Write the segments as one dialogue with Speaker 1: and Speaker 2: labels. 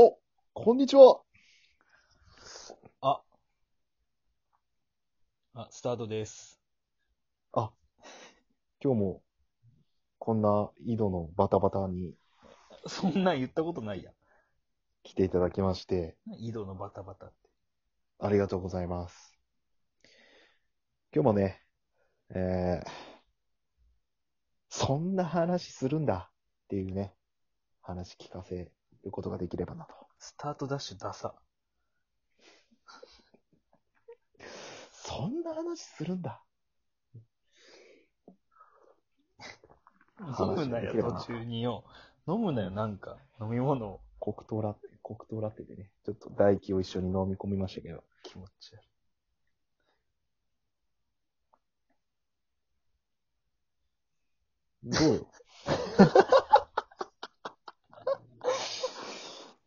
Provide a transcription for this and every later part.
Speaker 1: こんにちは。
Speaker 2: あ、スタートです。
Speaker 1: 今日も、こんな井戸のバタバタに
Speaker 2: そんなん言ったことないや
Speaker 1: 来ていただきまして、
Speaker 2: ん。井戸のバタバタって。
Speaker 1: ありがとうございます。今日もね、えー、そんな話するんだっていうね、話聞かせることができればなと。
Speaker 2: スタートダッシュダサ。
Speaker 1: そんな話するんだ。
Speaker 2: 飲むなよ
Speaker 1: 話ができれ、ばな
Speaker 2: 途中によ。飲むなよ、なんか。飲み物を
Speaker 1: 黒糖ラテ、黒糖ラテでね、ちょっと唾液を一緒に飲み込みましたけど。
Speaker 2: 気持ち悪い。
Speaker 1: どう よ。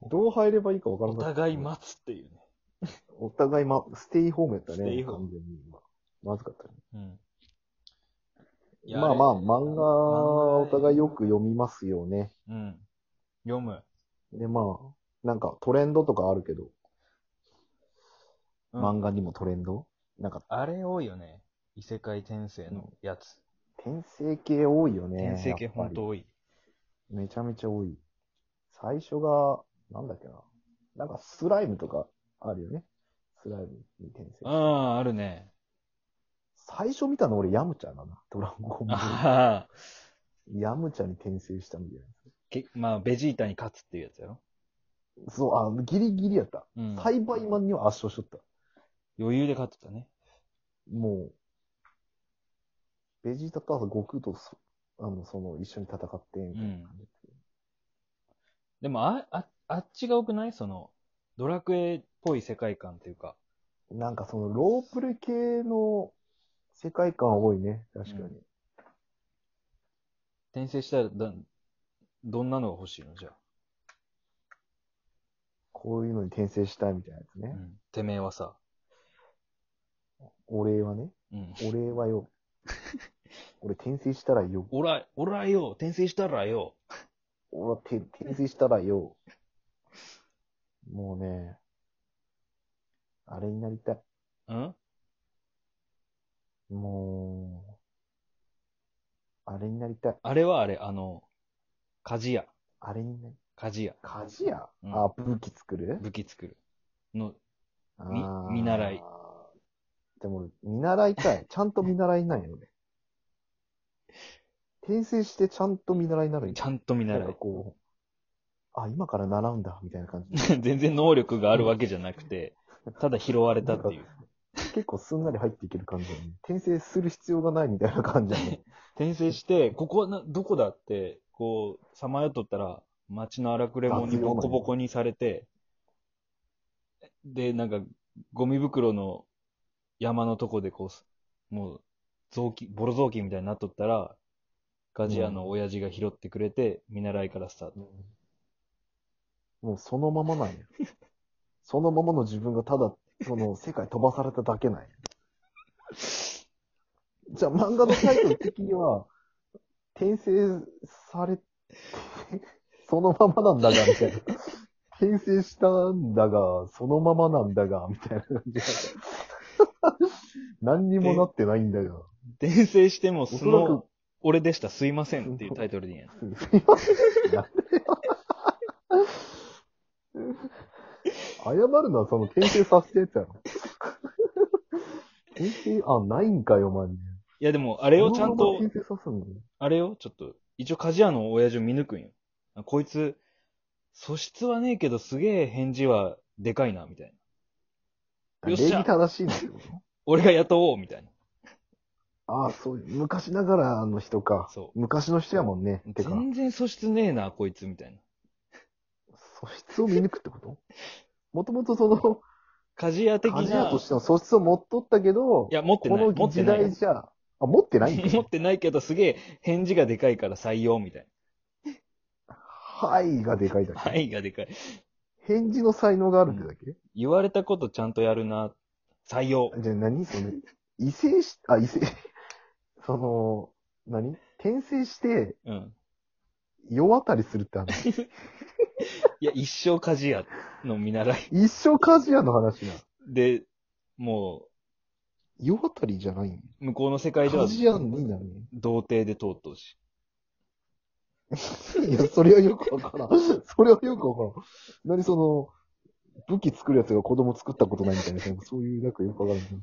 Speaker 1: どう入ればいいかわから
Speaker 2: お
Speaker 1: ない。
Speaker 2: 互い待つっていうね。
Speaker 1: お互いま、ステイホームやったね。
Speaker 2: ステイホー
Speaker 1: 完
Speaker 2: ム
Speaker 1: 全に今。まずかったね。
Speaker 2: うん。いや
Speaker 1: まあまあ、漫画、お互いよ。
Speaker 2: れ
Speaker 1: く読みますよね。
Speaker 2: 漫画うん。読む。
Speaker 1: で、まあ、なんかトレンドとかあるけど、
Speaker 2: うん
Speaker 1: 漫画にもトレンドなんか、
Speaker 2: あれ多いよね。異世界転生のやつ。
Speaker 1: 転生系多いよね。
Speaker 2: 転生系
Speaker 1: やっぱ
Speaker 2: ほ
Speaker 1: り
Speaker 2: んと多い。
Speaker 1: めちゃめちゃ多い。最初が、なんだっけな。なんかスライムとかあるよね。スライムに転生。
Speaker 2: ああ、あるね。
Speaker 1: 最初見たの俺ヤムチャだな。ドラゴンボー
Speaker 2: ああ。
Speaker 1: ル。ヤムチャに転生したみたい
Speaker 2: けまあ、ベジータに勝つっていうやつやろ。
Speaker 1: な。そう、あ、ギリギリやった。
Speaker 2: うん
Speaker 1: 栽培マンには圧勝しとった。
Speaker 2: 余裕で勝ってたね。
Speaker 1: もう、ベジータとあと悟空とそ、あの、その、一緒に戦って、みたいな感じ。
Speaker 2: でもあ、あ、あっちが多くないその、ドラクエっぽい世界観というか。
Speaker 1: なんかその、ロープレ系の世界観多いね。確かに。
Speaker 2: う転生したらどん、どんなのが欲しいのじゃあ、
Speaker 1: こういうのに転生したいみたいなやつね。
Speaker 2: うんてめえはさ。
Speaker 1: お礼はね。
Speaker 2: うん。
Speaker 1: お礼はよ。俺転生したらよ。
Speaker 2: おら、おらよ転生したらよ
Speaker 1: 俺はて転生したらよ。もうね、あれになりたい。
Speaker 2: うん
Speaker 1: もう、あれになりたい。
Speaker 2: あれはあれ、あの、鍛冶屋。
Speaker 1: あれになり、
Speaker 2: 鍛冶屋。
Speaker 1: 鍛冶屋、
Speaker 2: うん
Speaker 1: あ、武器作る
Speaker 2: 武器作る。の、
Speaker 1: あ
Speaker 2: み
Speaker 1: ー
Speaker 2: 見習い。
Speaker 1: でも、見習い たい。ちゃんと見習いないよね。転生してちゃんと見習いになる
Speaker 2: ちゃんと見
Speaker 1: なん
Speaker 2: 習
Speaker 1: か
Speaker 2: い。
Speaker 1: こう、あ、今から習うんだ、みたいな感じで。
Speaker 2: 全然能力があるわけじゃなくて、ただ拾われたっていう。
Speaker 1: 結構すんなり入っていける感じだよね。転生する必要がないみたいな感じだ ね。
Speaker 2: 転生して、ここはな、どこだって、こう、さまよっとったら、街の荒くれ者に
Speaker 1: 雑用
Speaker 2: ボ
Speaker 1: の
Speaker 2: コボコにされて、で、なんか、ゴミ袋の山のとこでこうす、もう、雑巾、ボロ雑巾みたいになっとったら、ガジアの親父が拾ってくれて、見習いからスタート。
Speaker 1: もうそのままなんや。そのままの自分がただ、その世界飛ばされただけなんや。じゃあ漫画のタイトル的には、転生されて、 そのままなんだが、みたいな。転生したんだが、そのままなんだが、みたいな感じ。何にもなってないんだが。
Speaker 2: 転生しても、
Speaker 1: お
Speaker 2: そ
Speaker 1: そらく
Speaker 2: の、俺でした、すいませんっていうタイトルでいいんや。
Speaker 1: すいません。なんでよ。謝るのはその転生させてたやろ。転生、あ、ないんかよ、お前。
Speaker 2: いや、でも、あ
Speaker 1: そ
Speaker 2: れをちゃんと、
Speaker 1: 転生さすんの
Speaker 2: あれよ、ちょっと、一応鍛冶屋の親父を見抜くんよ。あこいつ、素質はねえけどすげえ返事はでかいな、みたいな。
Speaker 1: 礼
Speaker 2: よっしゃ
Speaker 1: 儀正しいんだよ。
Speaker 2: 俺が雇おう、みたい
Speaker 1: ああ、そう、昔ながらの人
Speaker 2: な。
Speaker 1: か。
Speaker 2: そ
Speaker 1: 昔の人やもんね。
Speaker 2: う。
Speaker 1: てか、
Speaker 2: 全然素質ねえな、こいつ、みたいな。
Speaker 1: 素質を見抜くってこともともとその、
Speaker 2: 鍛冶屋的
Speaker 1: 鍛冶屋
Speaker 2: な、
Speaker 1: と
Speaker 2: い
Speaker 1: しての素質を持っとったけど、
Speaker 2: や、持って
Speaker 1: こ
Speaker 2: ない。
Speaker 1: の
Speaker 2: 持って
Speaker 1: 時
Speaker 2: ない。
Speaker 1: 代じゃ、あ、持ってないんだ
Speaker 2: 持ってない けどすげえ返事がでかいから採用、みたい
Speaker 1: はいがでかいだ
Speaker 2: な。
Speaker 1: け。
Speaker 2: はいがでかい。
Speaker 1: 返事の才能があるってだけ、
Speaker 2: 言われたことちゃんとやるな、採用。
Speaker 1: じゃあ何その、異性し、あ、異性、 その、何転生して、
Speaker 2: うん。
Speaker 1: 世渡りするって話。
Speaker 2: いや、一生鍛冶屋の見習い。
Speaker 1: 一生鍛冶屋の話な。
Speaker 2: で、も
Speaker 1: 世渡りじゃないん
Speaker 2: う、向こうの世界では、
Speaker 1: 鍛冶屋になる
Speaker 2: 童貞で通ってほしい。
Speaker 1: いや、それはよくわからん。それはよくわからん。何その、武器作るやつが子供作ったことないみたいな、そういうなんかよくわからん。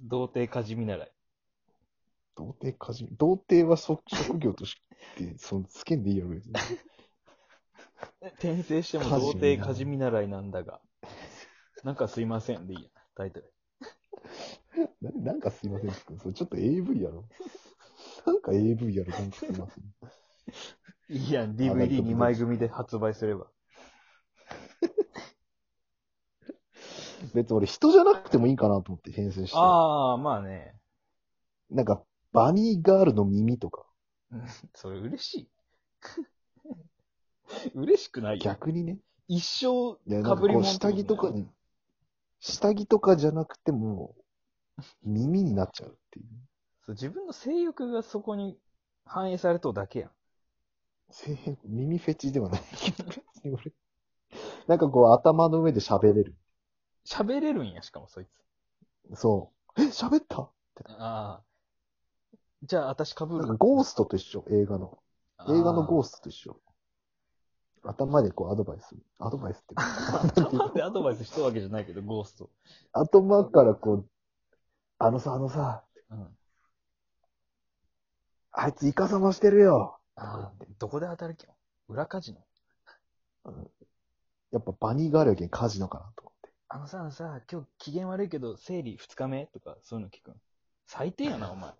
Speaker 2: 童貞家事見習い。
Speaker 1: 童貞家事童貞はそ職業として、その、つけんでいいやろ、別に。
Speaker 2: 転生しても
Speaker 1: 家事
Speaker 2: 童
Speaker 1: 見習い
Speaker 2: 貞家事見習いなんだが、 なんかすいませんでいいや、タイトル。
Speaker 1: ななんかすいませんってそれちょっと AV やろ。なんか AV やろ、なんかすいません。
Speaker 2: いいやん、
Speaker 1: あなんか
Speaker 2: DVD2 枚組で発売すれば。
Speaker 1: 別に俺人じゃなくてもいいかなと思って編成して。
Speaker 2: ああ、まあね。
Speaker 1: なんか、バニーガールの耳とか。
Speaker 2: それ嬉しい。 嬉しくないよ。
Speaker 1: 逆にね。
Speaker 2: 一生
Speaker 1: いや、なん
Speaker 2: か
Speaker 1: か
Speaker 2: ぶり
Speaker 1: こ
Speaker 2: 物
Speaker 1: う下着とかに、下着とかじゃなくても、耳になっちゃうっていう。
Speaker 2: そう自分の性欲がそこに反映されとうだけやん。
Speaker 1: せー耳フェチではないけど、別に俺。なんかこう頭の上で喋れる。
Speaker 2: 喋れるんや、しかもそいつ。
Speaker 1: そう。え、喋った
Speaker 2: ああ。じゃあ、私かぶ
Speaker 1: な
Speaker 2: る
Speaker 1: んかゴーストと一緒、映画の。映画の ゴーストと一緒。頭でこうアドバイス。アドバイスっていうか。
Speaker 2: スト。頭でアドバイスしたわけじゃないけど、ゴースト。
Speaker 1: 頭からこう、あのさ、あのさ、
Speaker 2: うん。
Speaker 1: あいつイカサマしてるよ。
Speaker 2: ああ、どこで働きよ裏カジノ。
Speaker 1: やっぱバニーガールやけんカジノかなと思って。
Speaker 2: あのさ、あのさ、今日機嫌悪いけど、生理2日目とか、そういうの聞くん。最低やな、お前。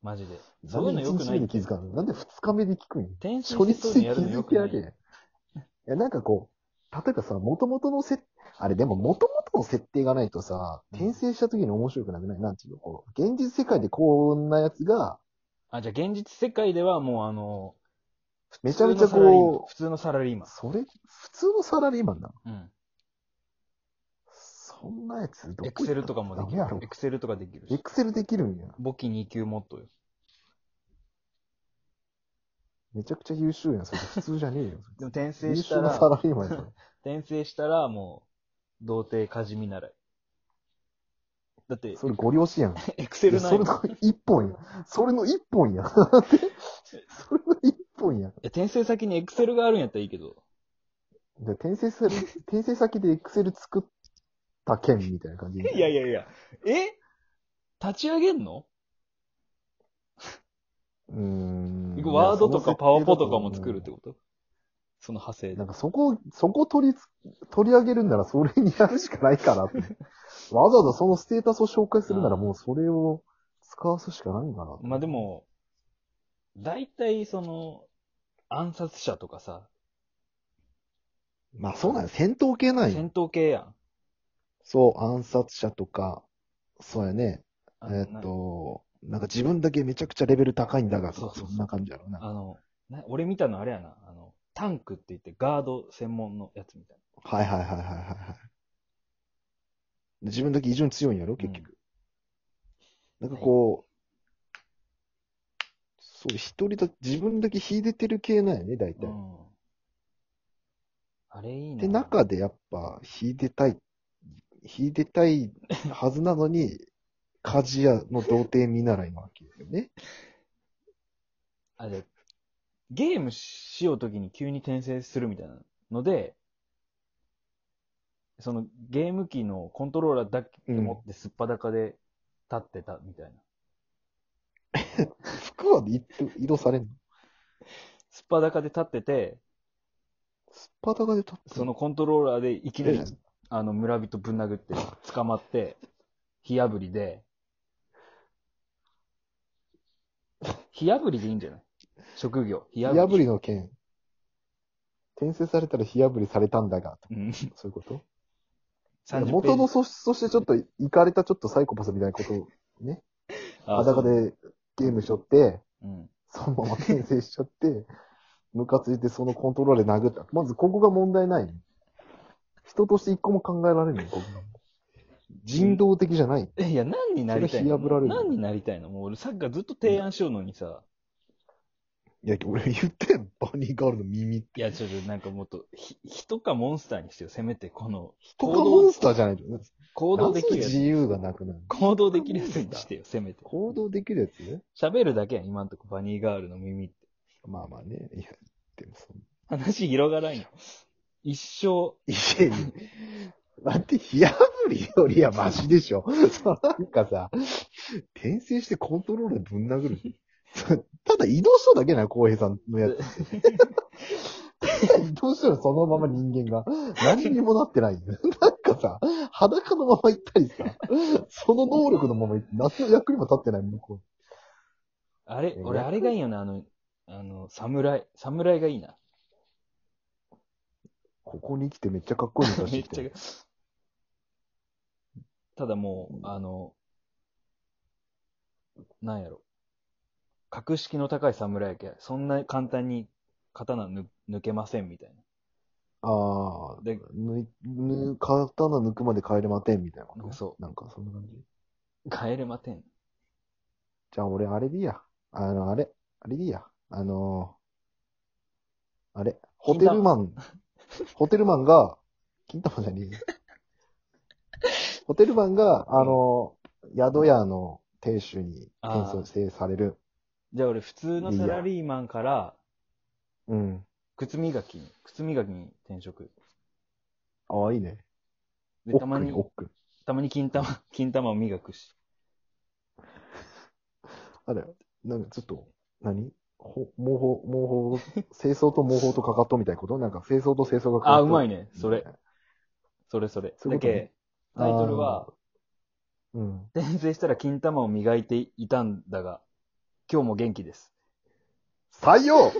Speaker 2: マジで。そういうの良く
Speaker 1: な
Speaker 2: なんい
Speaker 1: で一日目
Speaker 2: っ
Speaker 1: で気
Speaker 2: て
Speaker 1: づ。かんのなんで二日目で聞くんよ
Speaker 2: 転生
Speaker 1: 初
Speaker 2: してそう
Speaker 1: 日で
Speaker 2: いうのや
Speaker 1: 気
Speaker 2: るの良
Speaker 1: づ
Speaker 2: く
Speaker 1: き
Speaker 2: な
Speaker 1: や
Speaker 2: い
Speaker 1: け。ん。いや、なんかこう、例えばさ、元々のせ、あれでも元々の設定がないとさ、
Speaker 2: うん
Speaker 1: 転生した時に面白くなくないなんていうのこう、現実世界でこんなやつが、
Speaker 2: あ、じゃあ現実世界ではもうあの、
Speaker 1: めちゃめちゃこ
Speaker 2: 普通のサラリーマ
Speaker 1: う、
Speaker 2: ン普
Speaker 1: それ、普通のサラリーマンなの
Speaker 2: 通のサラリーマン。
Speaker 1: そんなやつ、
Speaker 2: うん。エクセルとかもで
Speaker 1: で
Speaker 2: き
Speaker 1: きるや
Speaker 2: る
Speaker 1: ろ。。
Speaker 2: エクセルとかできる
Speaker 1: エ
Speaker 2: し。
Speaker 1: クセルできるんや。
Speaker 2: 簿記2級もっとよ。
Speaker 1: めちゃくちゃ優秀やん。それ普通じゃねえ よ。
Speaker 2: でも転生
Speaker 1: 優
Speaker 2: した
Speaker 1: 秀な
Speaker 2: ら
Speaker 1: サ、ラリーマンやん。
Speaker 2: 転生したらもう、童貞家事見習い。だって、
Speaker 1: それご両親やん。
Speaker 2: エクセル
Speaker 1: いや
Speaker 2: ない
Speaker 1: それ
Speaker 2: もん
Speaker 1: の一本や。それの一本 や。なんでそれの一本や。
Speaker 2: え転生先にエクセルがあるんやったらいいけど。
Speaker 1: で転生する、転生先でエクセル作った件みたいな感じ。
Speaker 2: いやいやいや。え立ち上げんの
Speaker 1: うーん。
Speaker 2: ワードとかパワポとかも作るって
Speaker 1: こ
Speaker 2: ことその派生
Speaker 1: な
Speaker 2: で
Speaker 1: ん。かそこ、そこ取りつ、取り上げるんならそれにやるしかないかな って。わざわざそのステータスを紹介するならもうそれを使わすしかないんかな。
Speaker 2: まあでも、大体その、暗殺者とかさ、
Speaker 1: まあそうなんや。戦闘系なんや
Speaker 2: 戦。闘系やん。
Speaker 1: そう、暗殺者とか、そうやね。
Speaker 2: あの
Speaker 1: えーっ、と、なんか自分だけめちゃくちゃレベル高いんだが、
Speaker 2: そう
Speaker 1: そ
Speaker 2: そうそうん
Speaker 1: な感じやろう
Speaker 2: な
Speaker 1: な。
Speaker 2: あの、な俺見たのあれやな、あの、タンクって言ってガード専門のやつみたい
Speaker 1: はいはいはいはいはいはい。で自分だけ異常に強いんやろ、結局。なんかこう、そう、一人だ、自分だけ秀でてる系なんやね、大体。
Speaker 2: な。うん。あれいいな。
Speaker 1: で、中でやっぱ、秀でたい、秀でたいはずなのに、鍛冶屋の童貞見習いなわけよ ね。
Speaker 2: あれ、ゲームしようときに急に転生するみたいなので、そのゲーム機のコントローラーだけ持ってすっぱだかで立ってたみたいな。
Speaker 1: 服は色色されんの
Speaker 2: すっぱだかで立ってて、
Speaker 1: スパタカで立ってん
Speaker 2: そのコントローラーでいきなり
Speaker 1: ええ、
Speaker 2: あの村人ぶん殴って捕まって、火炙りで、火炙りでいいんじゃない職業。火
Speaker 1: 火炙りの件。転生されたら火炙りされたんだが、と
Speaker 2: うん。
Speaker 1: そういうこといや
Speaker 2: 30ペ
Speaker 1: 元の
Speaker 2: ージ
Speaker 1: 素質としてちょっと、いかれたちょっとサイコパスみたいなことを、
Speaker 2: あそう
Speaker 1: 裸でゲームしとって、
Speaker 2: うん。
Speaker 1: そのまま転生しちゃって、 ムカついてそのコントロールで殴った。まずここが問題ない。人として一個も考えられない、ここが人道的じゃない。
Speaker 2: えいや、何になりたい
Speaker 1: それ火
Speaker 2: の
Speaker 1: 炙られる
Speaker 2: 何になりたいのもう俺サッカーずっと提案しようのにさ、
Speaker 1: いや、俺言ってん、バニーガールの耳って。
Speaker 2: いや、ちょっとなんかもっと、ひ、人かモンスターにしてよ、せめて、この、
Speaker 1: とかモンスターじゃないと。
Speaker 2: 行
Speaker 1: 行
Speaker 2: 動できるや
Speaker 1: 自
Speaker 2: つ。
Speaker 1: 由がなくなる。
Speaker 2: 行動できるやつにしてよ、せめて。
Speaker 1: 行動できるやつね。
Speaker 2: 喋るだけやん、今んとこ、バニーガールの耳って。
Speaker 1: まあまあね。いや、でもそん
Speaker 2: 話広がらんよ。一生、
Speaker 1: いやいや。だって、火炙りよりはマシで しょ。そうなんかさ、転生してコントロールぶん殴る。そうただ移動しただけな、浩平さんの やつ。移動したらそのまま人間が。何にもなってない。なんかさ、裸のまま行ったりさ、その能力のまま行って、夏の役にも立ってない、向こう。
Speaker 2: あれ
Speaker 1: え、
Speaker 2: 俺あれがいいよな、あの、あの、侍。侍がいいな。
Speaker 1: ここに来てめっちゃかっこいいの出
Speaker 2: め
Speaker 1: して
Speaker 2: っ
Speaker 1: き
Speaker 2: ちゃ
Speaker 1: て。、
Speaker 2: ただもう、あの、なんやろ。格式の高い侍やけ、そんな簡単に刀ぬ抜けませんみたい
Speaker 1: ああ、
Speaker 2: で
Speaker 1: ぬい、ぬ、刀抜くまで帰れませんみたいなこと。。
Speaker 2: そう
Speaker 1: なんかそんな感じ。
Speaker 2: な。帰れまてん。
Speaker 1: じゃあ俺あれでいいや。あの、あれ、あれでいいや。あのーあれ、ホテルマン、ホテルマンが、金玉じゃねえよ。ホテルマンが、あのー宿屋の亭主に転生される。
Speaker 2: じゃあ俺、普通のサラリーマンから、
Speaker 1: うん。
Speaker 2: 靴磨きに、靴磨きに転職。
Speaker 1: ああ、いいね。
Speaker 2: で、
Speaker 1: おった
Speaker 2: ま
Speaker 1: く
Speaker 2: に
Speaker 1: ん、お、っくん。
Speaker 2: たまに金玉、 金玉を磨くし。
Speaker 1: あれ、なんかちょっと、何ほ、毛包、毛包、清掃と毛包とかかとみたいなことなんか清掃と清掃がかかと
Speaker 2: あ、うまいね。それ、。それそれ。
Speaker 1: そうい
Speaker 2: だ
Speaker 1: うことね
Speaker 2: け、タイトルは、
Speaker 1: うん。
Speaker 2: 転生したら金玉を磨いていたんだが、今日も元気です。
Speaker 1: 採用